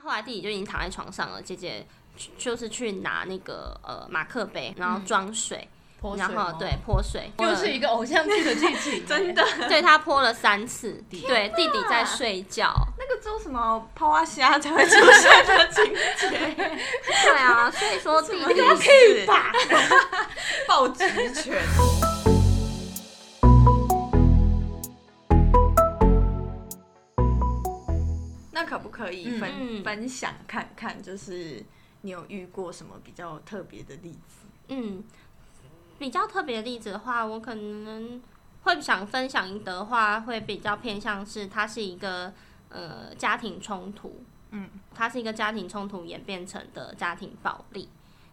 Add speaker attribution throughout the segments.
Speaker 1: 后来弟弟就已经躺在床上了，姐姐去就是去拿那个呃马克杯，然后装水，
Speaker 2: 泼水
Speaker 1: 然后
Speaker 2: 吗
Speaker 1: 对泼水，泼
Speaker 2: 又
Speaker 1: 了
Speaker 2: 是一个偶像剧的剧 情，真的。
Speaker 1: 对他泼了三次，对弟弟在睡觉，
Speaker 3: 那个只有什么抛啊虾才会出现的情节，
Speaker 1: 对啊，所以 说弟弟
Speaker 3: 可以吧？暴击拳。那可不可以分、
Speaker 1: 嗯
Speaker 3: 分享看看，就是你有遇过什么比较特别的例子？
Speaker 1: 嗯，比较特别的例子的话，我可能会想分享的话，会比较偏向是它是一个呃家庭冲突，
Speaker 3: 嗯，
Speaker 1: 它是一个家庭冲突演变成的家庭暴力。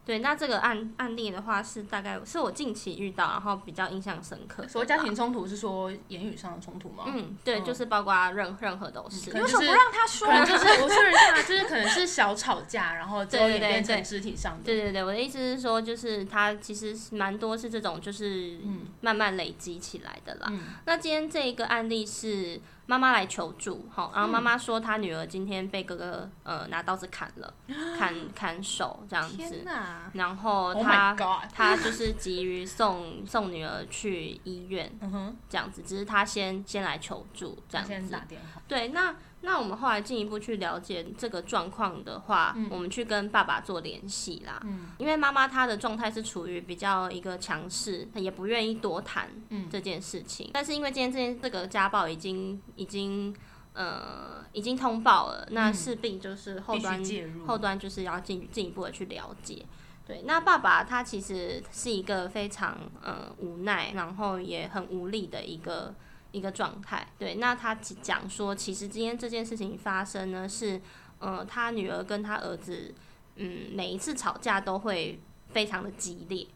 Speaker 1: 对，那这个案案例的话是大概是我近期遇到，然后比较印象深刻的吧。
Speaker 2: 所谓家庭冲突是说言语上的冲突吗？
Speaker 1: 嗯，对，
Speaker 2: 嗯
Speaker 1: 就是包括任任何都是
Speaker 2: 可，能
Speaker 3: 你
Speaker 2: 就
Speaker 3: 为什么
Speaker 2: 是
Speaker 3: 不让他说
Speaker 2: 可能就是我确认一下，就是可能是小吵架，然后最后
Speaker 1: 对
Speaker 2: 演
Speaker 1: 对
Speaker 2: 变成
Speaker 1: 对
Speaker 2: 肢体上的。
Speaker 1: 对对对，我的意思是说，就是它其实是蛮多是这种，就是
Speaker 2: 嗯
Speaker 1: 慢慢累积起来的啦。那今天这一个案例是妈妈来求助，
Speaker 2: 嗯
Speaker 1: 好，然后妈妈说她女儿今天被哥哥呃拿刀子砍 了，砍砍手这样
Speaker 3: 天
Speaker 1: 子，
Speaker 3: 哪！
Speaker 1: 然后
Speaker 2: Oh
Speaker 1: 她
Speaker 2: my god！
Speaker 1: 她就是急于送 送女儿去医院
Speaker 2: 嗯哼，
Speaker 1: 这样子，只是她先先来求助这样
Speaker 2: 先
Speaker 1: 子
Speaker 2: 打。电话。
Speaker 1: 对，那那我们后来进一步去了解这个状况的话，
Speaker 2: 嗯
Speaker 1: 我们去跟爸爸做联系啦。嗯，因为妈妈她的状态是处于比较一个强势，她也不愿意多谈
Speaker 2: 嗯
Speaker 1: 这件事情。但是因为今天这件这个家暴已经已经呃已经通报了，那势必就是后
Speaker 2: 嗯必须
Speaker 1: 端
Speaker 2: 介入
Speaker 1: 后端就是要进进一步的去了解。对，那爸爸他其实是一个非常呃无奈，然后也很无力的一个一个状态。对，那他其讲说，其实今天这件事情发生呢，是呃他女儿跟他儿子，嗯，每一次吵架都会非常的激烈。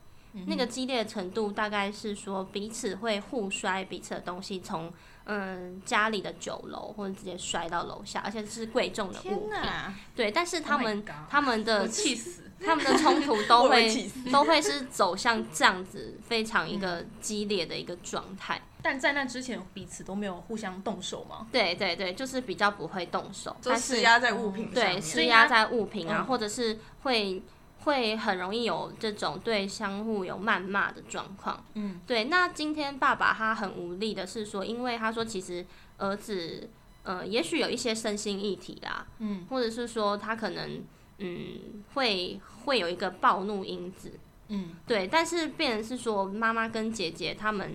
Speaker 1: 那个激烈的程度大概是说彼此会互摔彼此的东西从，嗯家里的九楼或者直接摔到楼下，而且是贵重的物
Speaker 3: 天
Speaker 1: 品。
Speaker 3: 哪！
Speaker 1: 对，但是他
Speaker 2: Oh my
Speaker 1: 们、
Speaker 2: God
Speaker 1: 他们的
Speaker 2: 我气死！
Speaker 1: 他们的冲突都
Speaker 3: 我会
Speaker 1: 会
Speaker 3: 气
Speaker 1: 都会是走向这样子非常一个激烈的一个状态。
Speaker 2: 但在那之前，彼此都没有互相动手吗？
Speaker 1: 对对对，就是比较不会动手，
Speaker 3: 就
Speaker 1: 但
Speaker 3: 施
Speaker 1: 是
Speaker 3: 压在物品上
Speaker 1: 对
Speaker 3: 面，
Speaker 1: 施压在物品啊，
Speaker 2: 嗯
Speaker 1: 或者是会会很容易有这种对相互有谩骂的状况。嗯，对。那今天爸爸他很无力的是说，因为他说其实儿子呃，也许有一些身心议题啦，嗯，或者是说他可能嗯会会有一个暴怒因子，
Speaker 2: 嗯，
Speaker 1: 对，但是变成是说妈妈跟姐姐他们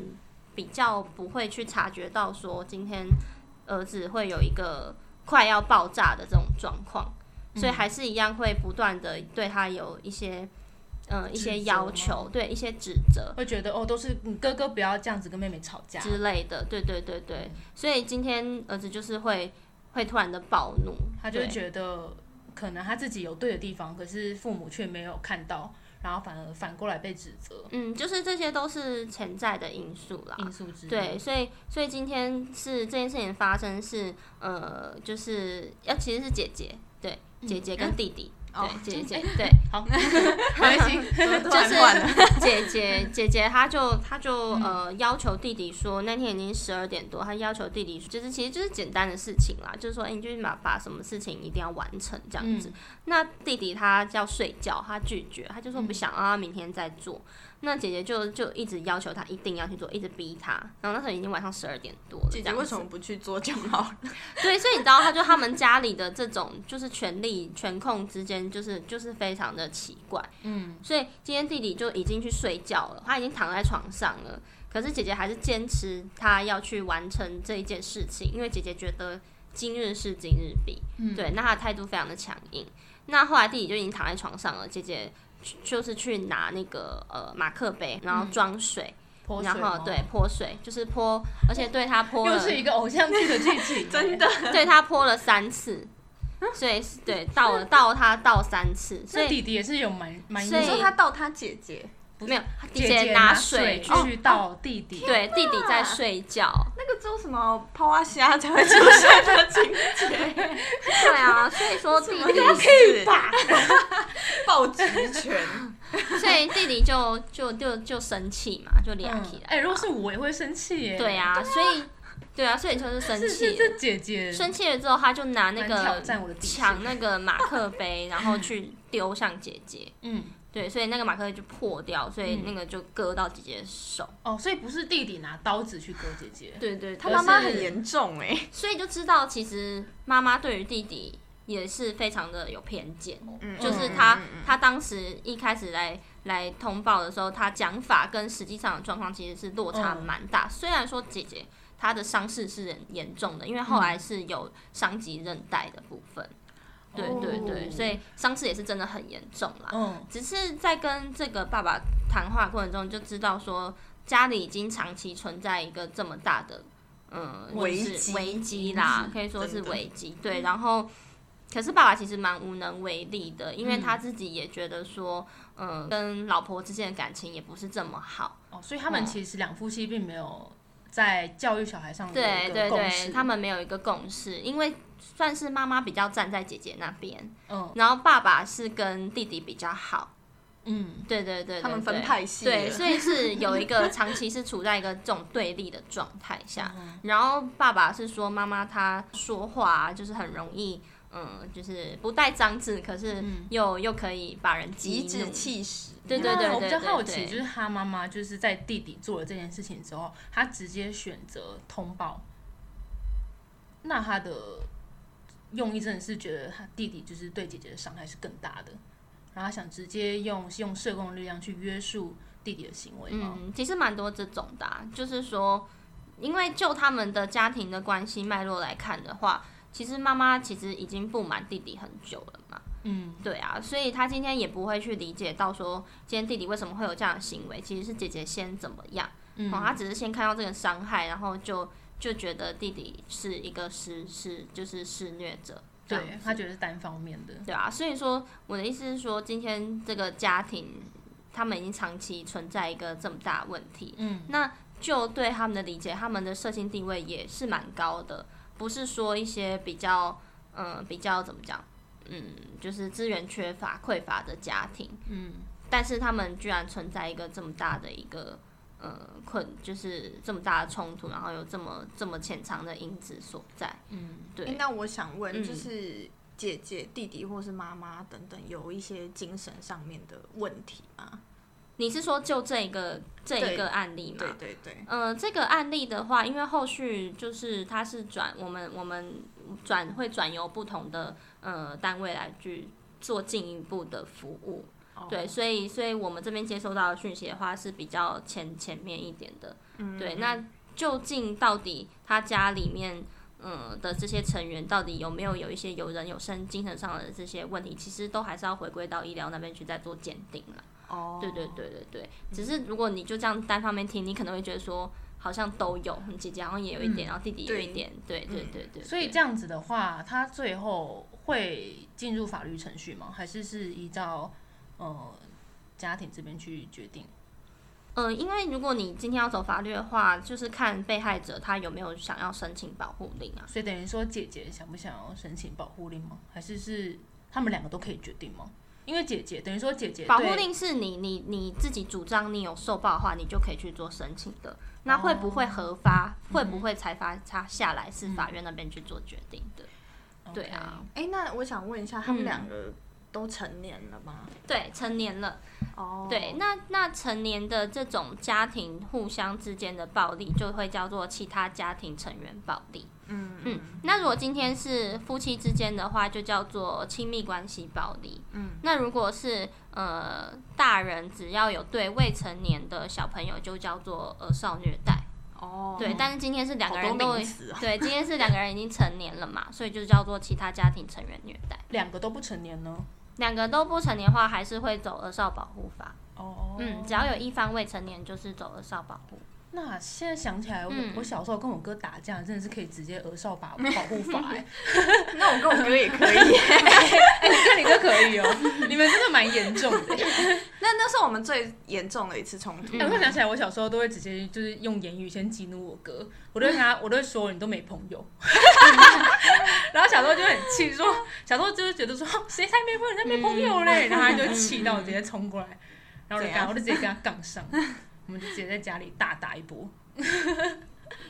Speaker 1: 比较不会去察觉到说今天儿子会有一个快要爆炸的这种状况，
Speaker 2: 嗯
Speaker 1: 所以还是一样会不断的对他有一些呃一
Speaker 2: 指
Speaker 1: 些
Speaker 2: 责
Speaker 1: 要
Speaker 2: 吗
Speaker 1: 求，对一些指责。
Speaker 2: 会觉得哦，都是你哥哥不要这样子跟妹妹吵架。
Speaker 1: 之类的，对对对
Speaker 2: 嗯
Speaker 1: 对，所以今天儿子就是会会突然的暴怒，
Speaker 2: 他就会
Speaker 1: 对
Speaker 2: 觉得可能他自己有对的地方，可是父母却没有看到，然后反而反过来被指责
Speaker 1: 嗯，就是这些都是潜在的因素啦，
Speaker 2: 因素之一。
Speaker 1: 对，所以所以今天是这件事情发生是呃，就是要其实是姐姐，对，姐姐跟弟弟，
Speaker 3: 哦
Speaker 1: 对，姐姐，对，
Speaker 2: 好，没关系。
Speaker 3: 就
Speaker 1: 就是 姐姐姐姐，她就她就
Speaker 3: 嗯
Speaker 1: 呃要求弟弟说，那天已经十二点多，她要求弟弟就是其实就是简单的事情啦，就是说，哎、你就是把把什么事情一定要完成这样
Speaker 3: 嗯
Speaker 1: 子。那弟弟他要睡觉，他拒绝，他就说
Speaker 3: 嗯
Speaker 1: 不想啊，明天再做。那姐姐就就一直要求他一定要去做，一直逼他。然后那时候已经晚上十二点多了，
Speaker 3: 姐
Speaker 1: 这
Speaker 3: 姐
Speaker 1: 样
Speaker 3: 为
Speaker 1: 子
Speaker 3: 什么不去做就好了？
Speaker 1: 对，所以你知道，他就他们家里的这种就是权力权控之间，就是就是非常的奇怪。嗯，所以今天弟弟就已经去睡觉了，他已经躺在床上了。可是姐姐还是坚持她要去完成这一件事情，因为姐姐觉得今日事今日毕。嗯，对，那她的态度非常的强硬。那后来弟弟就已经躺在床上了，姐姐去就是去拿那个呃马克杯，然后装水，
Speaker 2: 嗯泼水
Speaker 1: 然后
Speaker 2: 吗
Speaker 1: 对泼水，就是泼，而且对他泼
Speaker 2: 又
Speaker 1: 了
Speaker 2: 是一个偶像剧的剧 情，
Speaker 3: 真的。
Speaker 1: 对他泼了三次，所以是对到了到他到三次，所
Speaker 2: 所以
Speaker 1: 以
Speaker 2: 弟弟也是有蛮蛮
Speaker 1: 所
Speaker 2: 严
Speaker 1: 以
Speaker 3: 你
Speaker 2: 重
Speaker 3: 说他到他姐姐，
Speaker 1: 没有
Speaker 2: 姐
Speaker 1: 姐
Speaker 2: 拿啊
Speaker 1: 水去
Speaker 2: 继续倒弟弟，，嗯
Speaker 1: 对弟弟在睡觉，
Speaker 3: 那个只有什么抛啊虾才会出现的情节，
Speaker 1: 对啊，所以说弟弟，
Speaker 3: 以 吧？暴击拳，
Speaker 1: 所以弟弟就就就就生气嘛，就
Speaker 2: 嗯
Speaker 1: 连起，来。
Speaker 2: 哎，如果是我也会生气耶，
Speaker 1: 对，啊，所以对啊，所以就是生
Speaker 2: 是是
Speaker 1: 气了，
Speaker 2: 是姐姐，
Speaker 1: 生气了之后，他就拿那
Speaker 2: 蛮挑
Speaker 1: 个
Speaker 2: 战我的底线
Speaker 1: 抢那个马克 杯，然后去丢向姐姐。
Speaker 2: 嗯，
Speaker 1: 对，所以那个马克杯就破掉，所以那个就割到姐姐的手。
Speaker 2: 哦，所以不是弟弟拿刀子去割姐姐，
Speaker 1: 对对，
Speaker 3: 他
Speaker 1: 他
Speaker 3: 妈
Speaker 1: 妈妈
Speaker 3: 妈
Speaker 2: 而
Speaker 1: 很，
Speaker 2: 是
Speaker 3: 很严重哎、
Speaker 1: 所以就知道其实妈妈对于弟弟也是非常的有偏见。
Speaker 3: 嗯
Speaker 1: 就是他
Speaker 3: 嗯嗯嗯
Speaker 1: 他当时一开始来来通报的时候，他讲法跟实际上的状况其实是落差蛮大。
Speaker 3: 哦
Speaker 1: 虽然说姐姐她的伤势是很严重的，因为后来是有伤及韧带的部分。对对对，
Speaker 2: 哦
Speaker 1: 所以伤势也是真的很严重啦。
Speaker 2: 嗯，
Speaker 1: 只是在跟这个爸爸谈话过程中，就知道说家里已经长期存在一个这么大的嗯
Speaker 3: 危
Speaker 1: 就是
Speaker 3: 机
Speaker 1: 危机啦
Speaker 3: 嗯，
Speaker 1: 可以说是
Speaker 3: 真的
Speaker 1: 危机。对，然后可是爸爸其实蛮无能为力的，因为他自己也觉得说，嗯、跟老婆之间的感情也不是这么好。
Speaker 2: 哦，所以
Speaker 1: 嗯
Speaker 2: 他们其实两夫妻并没有在教育小孩嗯上有
Speaker 1: 对
Speaker 2: 一
Speaker 1: 对
Speaker 2: 个共
Speaker 1: 对，
Speaker 2: 识，
Speaker 1: 他们没有一个共识，因为算是妈妈比较站在姐姐那边，
Speaker 2: 嗯
Speaker 1: 然后爸爸是跟弟弟比较好。
Speaker 2: 嗯，
Speaker 1: 对对对对
Speaker 3: 他们
Speaker 1: 对
Speaker 3: 分派系
Speaker 1: 对，
Speaker 3: 了
Speaker 1: 所以是有一 个长期是处在一个这种对立的状态下。
Speaker 3: 嗯
Speaker 1: 然后爸爸是说妈妈她说话啊、就是很容易，嗯，就是不带脏字，可是又、又可以把人激
Speaker 3: 颐
Speaker 1: 怒
Speaker 3: 指。嗯气使。
Speaker 1: 对对
Speaker 2: 那
Speaker 1: 对
Speaker 2: 我比
Speaker 1: 对
Speaker 2: 较
Speaker 1: 对
Speaker 2: 好奇，就
Speaker 1: 对。
Speaker 2: 是他妈妈就是在弟弟做了这件事情之后，他直接选择通报，那他的用意真的是觉得他弟弟就是对姐姐的伤害是更大的，然后他想直接用用社工的力量去约束弟弟的行为吗？
Speaker 1: 嗯，其实蛮多这种的啊、就是说，因为就他们的家庭的关系脉络来看的话，其实妈妈其实已经不满弟弟很久了嘛。
Speaker 2: 嗯，
Speaker 1: 对啊，所以他今天也不会去理解到说，今天弟弟为什么会有这样的行为，其实是姐姐先怎么样，
Speaker 2: 嗯
Speaker 1: 哦，他只是先看到这个伤害，然后就就觉得弟弟是一个施施就是施虐者，这样
Speaker 2: 对他觉得是单方面的，
Speaker 1: 对啊，所以说我的意思是说，今天这个家庭他们已经长期存在一个这么大的问题，
Speaker 2: 嗯，
Speaker 1: 那就对他们的理解，他们的社经地位也是蛮高的，不是说一些比较嗯、呃比较怎么讲，嗯，就是资源缺乏匮乏的家庭，
Speaker 2: 嗯。
Speaker 1: 但是他们居然存在一个这么大的一个。呃，困就是这么大的冲突，然后有这么这么潜藏的因子所在，
Speaker 2: 嗯，
Speaker 1: 对，
Speaker 3: 诶哎那我想问，
Speaker 1: 嗯
Speaker 3: 就是姐姐、弟弟或是妈妈等等，有一些精神上面的问题吗？
Speaker 1: 你是说就这一个这一
Speaker 3: 对
Speaker 1: 个案例吗？
Speaker 3: 对对对，
Speaker 1: 呃，这个案例的话，因为后续就是它是转我们我们转会转由不同的呃单位来去做进一步的服务，
Speaker 3: 哦
Speaker 1: 对，所以所以我们这边接收到的讯息的话是比较前前面一点的，
Speaker 3: 嗯
Speaker 1: 对，那究竟到底他家里面。嗯的这些成员到底有没有有一些有人有身精神上的这些问题，其实都还是要回归到医疗那边去再做鉴定了。
Speaker 3: 哦
Speaker 1: 对对，对对对，只是如果你就这样单方面听，你可能会觉得说好像都有，你姐姐好像也有一点，然后弟弟也有一
Speaker 3: 对
Speaker 1: 点，对对
Speaker 3: 嗯
Speaker 1: 对对。
Speaker 2: 嗯所以
Speaker 1: 对
Speaker 2: 这样子的话，他最后会进入法律程序吗？还是是依照呃家庭这边去决定？
Speaker 1: 呃，因为如果你今天要走法律的话，就是看被害者他有没有想要申请保护令啊。
Speaker 2: 所以等于说，姐姐想不想要申请保护令吗？还是是他们两个都可以决定吗？因为姐姐等于说姐姐
Speaker 1: 保护
Speaker 2: 对
Speaker 1: 令是你你你自己主张你有受暴的话，你就可以去做申请的。那会
Speaker 2: 哦
Speaker 1: 不会核发，会
Speaker 2: 嗯
Speaker 1: 不会裁罚他下来是法院那边去做决定的。
Speaker 2: 嗯
Speaker 1: 对啊，
Speaker 3: 哎、那我想问一下，他们两个都成年了吗？
Speaker 1: 对，成年了。
Speaker 3: 哦
Speaker 1: 对，，那那成年的这种家庭互相之间的暴力，就会叫做其他家庭成员暴力。
Speaker 3: 嗯
Speaker 1: 嗯，那如果今天是夫妻之间的话，就叫做亲密关系暴力。嗯，那如果是呃大人只要有对未成年的小朋友，就叫做呃少虐待。
Speaker 3: 哦，
Speaker 1: 对，但是今天是两个
Speaker 3: 好多
Speaker 1: 人都
Speaker 3: 名词啊
Speaker 1: 对，今天是两个人已经成年了嘛，所以就叫做其他家庭成员虐待。
Speaker 2: 两个都不成年呢？
Speaker 1: 两个都不成年的话，还是会走儿少保护法。
Speaker 2: 哦，
Speaker 1: 嗯，只要有一方未成年，就是走儿少保 护。
Speaker 2: 那现在想起来，我、
Speaker 1: 嗯
Speaker 2: 我小时候跟我哥打架，真的是可以直接额少保保护 法哎、
Speaker 3: 那我跟我哥也可以。
Speaker 2: 哎、你看你哥可以哦、你们真的蛮严重的、
Speaker 3: 那那是我们最严重的一次冲突。
Speaker 2: 哎、我突然想起来，我小时候都会直接就是用言语先激怒我哥，我都会跟他，我都会说你都没朋友， 然后小时候就很气，说小时候就是觉得说谁才没朋友，人家没朋友嘞，然后他就气到直接冲过来，然后我就
Speaker 3: 对
Speaker 2: 跟
Speaker 3: 啊
Speaker 2: 他，我就直接跟他杠上，我们就直接在家里大打一波。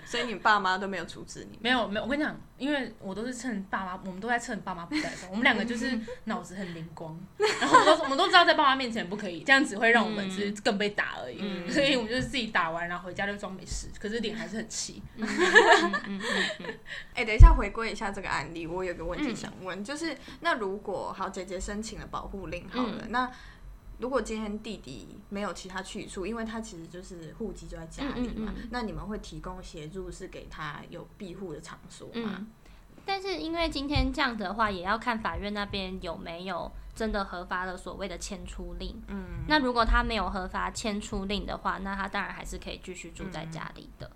Speaker 3: 所以你爸妈都没有阻止你。
Speaker 2: 没有没有，我跟你讲，因为我都是趁爸妈，我们都在趁爸妈不在的时候，我们两 个就是脑子很灵光，然后我们都我们都知道在爸妈面前不可以，这样只会让我们
Speaker 1: 嗯
Speaker 2: 只是更被打而已。所以我们就是自己打完，然后回家就装没事，可是脸还是很气。
Speaker 1: 嗯
Speaker 3: 哎、等一下，回归一下这个案例，我有个问
Speaker 2: 嗯
Speaker 3: 题想问，就是那如果好姐姐申请了保护令好
Speaker 2: 嗯
Speaker 3: 了，那如果今天弟弟没有其他去处，因为他其实就是户籍就在家里嘛，
Speaker 1: 嗯嗯
Speaker 3: 那你们会提供协助是给他有庇护的场所吗？
Speaker 1: 嗯，但是因为今天这样的话，也要看法院那边有没有真的核发了所谓的迁出令。嗯，那如果他没有核发迁出令的话，那他当然还是可以继续住在家里的。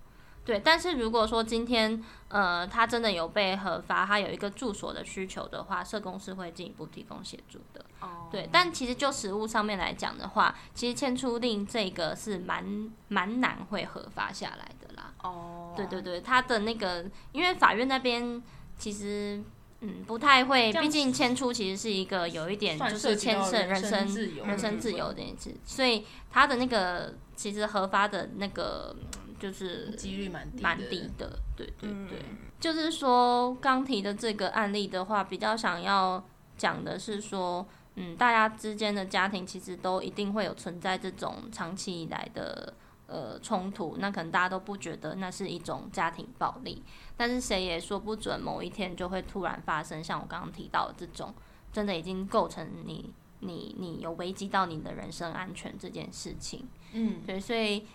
Speaker 1: 对，但是如果说今天呃他真的有被核发，他有一个住所的需求的话，社工是会进一步提供协助的。
Speaker 2: 嗯
Speaker 3: 哦，
Speaker 1: 对，但其实就实物上面来讲的话，其实迁出令这个是蛮蛮难会核发下来的啦。
Speaker 3: 哦，
Speaker 1: 对对对，他的那个，因为法院那边其实嗯不太会，
Speaker 2: 这样
Speaker 1: 毕竟迁出其实是一个有一点
Speaker 2: 算
Speaker 1: 就
Speaker 2: 涉
Speaker 1: 是
Speaker 2: 及到
Speaker 1: 牵涉
Speaker 2: 人
Speaker 1: 人
Speaker 2: 身
Speaker 1: 身
Speaker 2: 自由
Speaker 1: 人
Speaker 2: 的
Speaker 1: 身
Speaker 2: 部
Speaker 1: 自
Speaker 2: 分
Speaker 1: 由这件事，所以他的那个其实核发的那个嗯就是
Speaker 2: 几率蛮低的
Speaker 1: 蛮低的，对对
Speaker 3: 嗯
Speaker 1: 对，就是说刚提的这个案例的话，比较想要讲的是说。嗯，大家之间的家庭其实都一定会有存在这种长期以来的呃冲突，那可能大家都不觉得那是一种家庭暴力，但是谁也说不准某一天就会突然发生，像我刚刚提到的这种，真的已经构成你你你有危及到你的人身安全这件事情。
Speaker 2: 嗯，
Speaker 1: 对，所以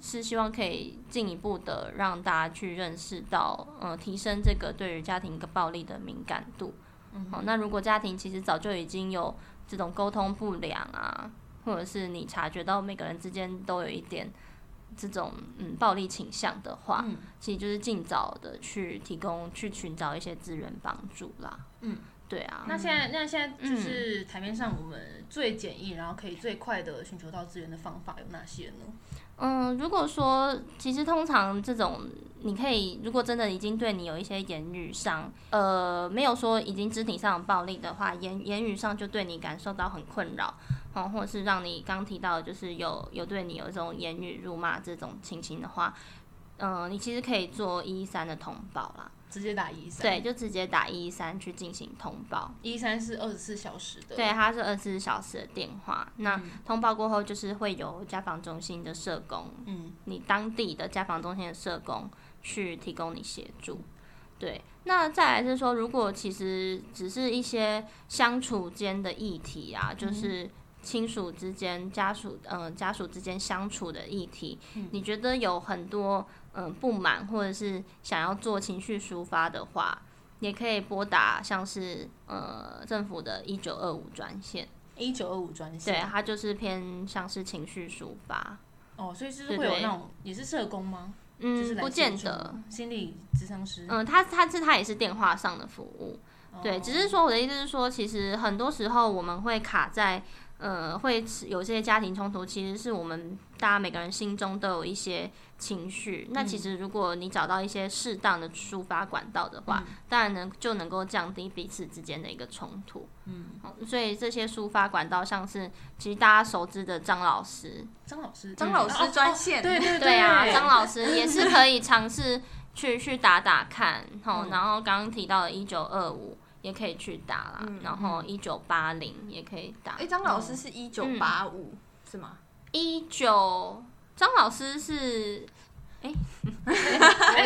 Speaker 1: 是希望可以进一步的让大家去认识到，呃，提升这个对于家庭暴力的敏感度。
Speaker 2: 嗯
Speaker 1: 好、那如果家庭其实早就已经有这种沟通不良啊，或者是你察觉到每个人之间都有一点这种嗯暴力倾向的话，
Speaker 2: 嗯
Speaker 1: 其实就是尽早的去提供、去寻找一些资源帮助啦。
Speaker 2: 嗯，
Speaker 1: 对啊，
Speaker 2: 那现在，那现在就是台面上我们最简易，然后可以最快的寻求到资源的方法有哪些呢？
Speaker 1: 嗯，如果说其实通常这种，你可以如果真的已经对你有一些言语上，呃，没有说已经肢体上的暴力的话，言言语上就对你感受到很困扰，哦，或者是让你刚提到的就是有有对你有一种言语辱骂这种情形的话，嗯、你其实可以做一一三的通报啦，
Speaker 2: 直接打一三，
Speaker 1: 对，，就直接打一一三去进行通报。
Speaker 2: 一三是二十四小时的，
Speaker 1: 对，，啊它是二十四小时的电话。那通报过后，就是会由家访中心的社工，
Speaker 2: 嗯，
Speaker 1: 你当地的家访中心的社工去提供你协助。对，那再来是说，如果其实只是一些相处间的议题啊，
Speaker 2: 嗯
Speaker 1: 就是亲属之间、家属呃家属之间相处的议题，
Speaker 2: 嗯
Speaker 1: 你觉得有很多嗯、呃不满或者是想要做情绪抒发的话，也可以拨打像是呃政府的一九二五专线，
Speaker 2: 一九二五专
Speaker 1: 对，啊
Speaker 2: 线，
Speaker 1: 它就是偏像是情绪抒发，
Speaker 2: 哦，所以就是会有
Speaker 1: 对对
Speaker 2: 那种也是社工吗？就是
Speaker 1: 嗯，
Speaker 2: 来
Speaker 1: 不见
Speaker 2: 协助
Speaker 1: 得，
Speaker 2: 心理咨商师，
Speaker 1: 嗯，它它是它也是电话上的服务，对，
Speaker 2: 哦
Speaker 1: 只是说我的意思是说，其实很多时候我们会卡在，呃，会有些家庭冲突，其实是我们大家每个人心中都有一些情绪。那其实如果你找到一些适当的抒发管道的话，当然能就能够降低彼此之间的一个冲突。嗯，所以这些抒发管道，像是其实大家熟知的张老师，
Speaker 2: 张老师，
Speaker 3: 张老师专线
Speaker 2: 哦哦对对
Speaker 1: 对啊，张老师也是可以尝试去去打打看，吼，然后刚刚提到的一九二五也可以去打啦，然后一九八零也可以打
Speaker 3: 哎、，张老
Speaker 2: 嗯
Speaker 3: 师是一九八五是吗？
Speaker 1: 一九张老师是
Speaker 2: 有
Speaker 1: 有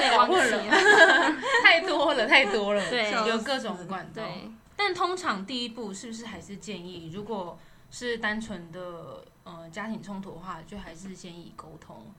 Speaker 1: 点忘记了，
Speaker 2: 哎 太多了，太多了，
Speaker 1: 对
Speaker 2: 有各种管道。
Speaker 1: 对，
Speaker 2: 但通常第一步是不是还是建议，如果是单纯的呃家庭冲突的话，就还是建议沟通，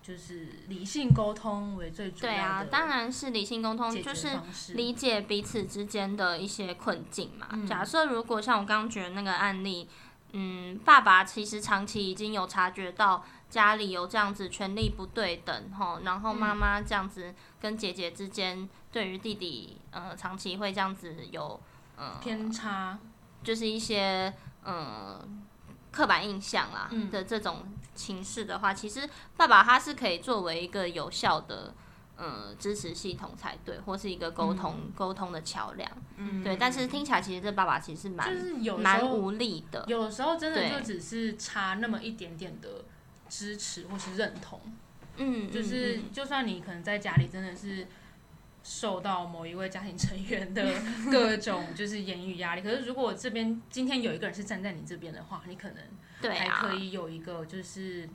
Speaker 2: 就是理性沟通为最主要
Speaker 1: 对
Speaker 2: 的
Speaker 1: 啊，当然是理性沟通，
Speaker 2: 解决
Speaker 1: 就是
Speaker 2: 方式。
Speaker 1: 理解彼此之间的一些困境嘛。
Speaker 2: 嗯
Speaker 1: 假设如果像我刚刚举的那个案例，嗯，爸爸其实长期已经有察觉到家里有这样子权力不对等吼，然
Speaker 2: 嗯
Speaker 1: 后妈妈这样子跟姐姐之间对于弟弟呃长期会这样子有呃
Speaker 2: 偏差，
Speaker 1: 就是一些呃刻板印象啦
Speaker 2: 嗯
Speaker 1: 的这种情势的话，其实爸爸他是可以作为一个有效的呃支持系统才对，或是一个沟
Speaker 2: 嗯
Speaker 1: 通沟、通的桥梁。
Speaker 3: 嗯
Speaker 1: 对，但是听起来其实这爸爸其实是
Speaker 2: 就
Speaker 1: 蛮
Speaker 2: 是有时
Speaker 1: 蛮
Speaker 2: 候
Speaker 1: 无力的。
Speaker 2: 有时候真的
Speaker 1: 对
Speaker 2: 就只是差那么一点点的支持或是认同，
Speaker 1: 嗯，
Speaker 2: 就
Speaker 1: 嗯
Speaker 2: 是
Speaker 1: 嗯
Speaker 2: 就算你可能在家里真的是受到某一位家庭成员的各种就是言语压力，可 是如果这边今天有一个人是站在你这边的话，你可能
Speaker 1: 对
Speaker 2: 还
Speaker 1: 啊，
Speaker 2: 可以有一个就是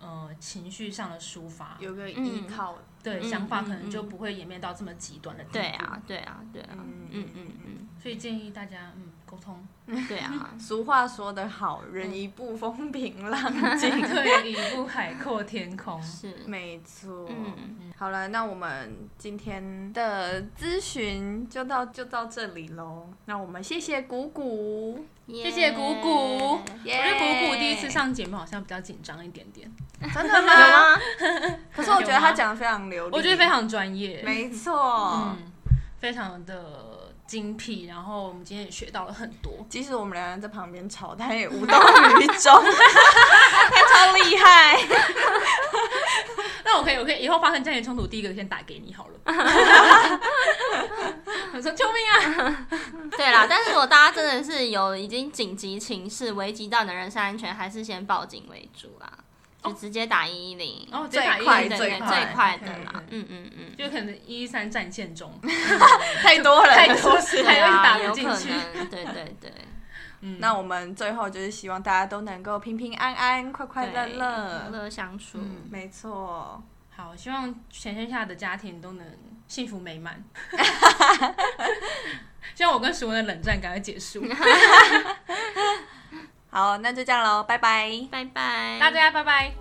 Speaker 2: 呃情绪上的抒发，
Speaker 3: 有个依靠，
Speaker 2: 对、
Speaker 1: 嗯
Speaker 2: 想法可
Speaker 1: 嗯
Speaker 2: 能就
Speaker 1: 嗯
Speaker 2: 不会演变到这么极端的地步
Speaker 1: 对，啊，对啊，对啊，嗯嗯嗯
Speaker 2: 所以建议大家嗯沟通，
Speaker 1: 嗯，对啊，
Speaker 3: 俗话说得好，
Speaker 2: 嗯
Speaker 3: 人一步风平浪静。
Speaker 2: 退一步海阔天空。
Speaker 1: 是，
Speaker 3: 没错，
Speaker 1: 嗯，
Speaker 3: 好了，那我们今天的咨询就到就到这里喽。那我们谢谢谷 谷，
Speaker 1: 谢
Speaker 2: 谢谷谷
Speaker 3: 耶
Speaker 2: 我觉得谷谷第一次，上节目好像比较紧张一点点，
Speaker 3: 真的
Speaker 1: 有
Speaker 3: 吗？
Speaker 1: 吗？
Speaker 3: 可是我觉得他讲的非常流利，
Speaker 2: 我觉得非常专业，
Speaker 3: 没错。
Speaker 2: 嗯，非常的精辟。然后我们今天也学到了很多，
Speaker 3: 即使我们两人在旁边吵，他也无动于 衷，他超厉害。
Speaker 2: 那我可以，我可以以后发生家庭冲突，第一个先打给你好 了。我说救命啊！
Speaker 1: 对啦，但是如果大家真的是有已经紧急情势，危及到你的人身安全，还是先报警为主啦，就
Speaker 2: 哦
Speaker 1: 直接打一一零，
Speaker 2: 然后
Speaker 3: 最快
Speaker 1: 对对
Speaker 3: 最
Speaker 1: 对
Speaker 3: 快
Speaker 1: 最快的啦
Speaker 2: 嗯，
Speaker 1: 嗯嗯嗯，
Speaker 2: 就可能一三战线中，
Speaker 3: 太多了，
Speaker 2: 太多
Speaker 3: 是不是
Speaker 2: 还
Speaker 1: 对
Speaker 2: 有一打
Speaker 1: 啊，
Speaker 2: 不
Speaker 1: 有可
Speaker 2: 进去
Speaker 1: 能，对对对，
Speaker 2: 嗯，
Speaker 3: 那我们最后就是希望大家都能够平平安安、快快乐
Speaker 1: 对和
Speaker 3: 乐。
Speaker 1: 乐相处，
Speaker 2: 嗯
Speaker 3: 没错，
Speaker 2: 好，希望全天下的家庭都能幸福美 满。希望我跟熟人的冷战赶快结束，
Speaker 3: 好，那就这样喽，拜拜。
Speaker 1: 拜拜，
Speaker 2: 大家拜拜。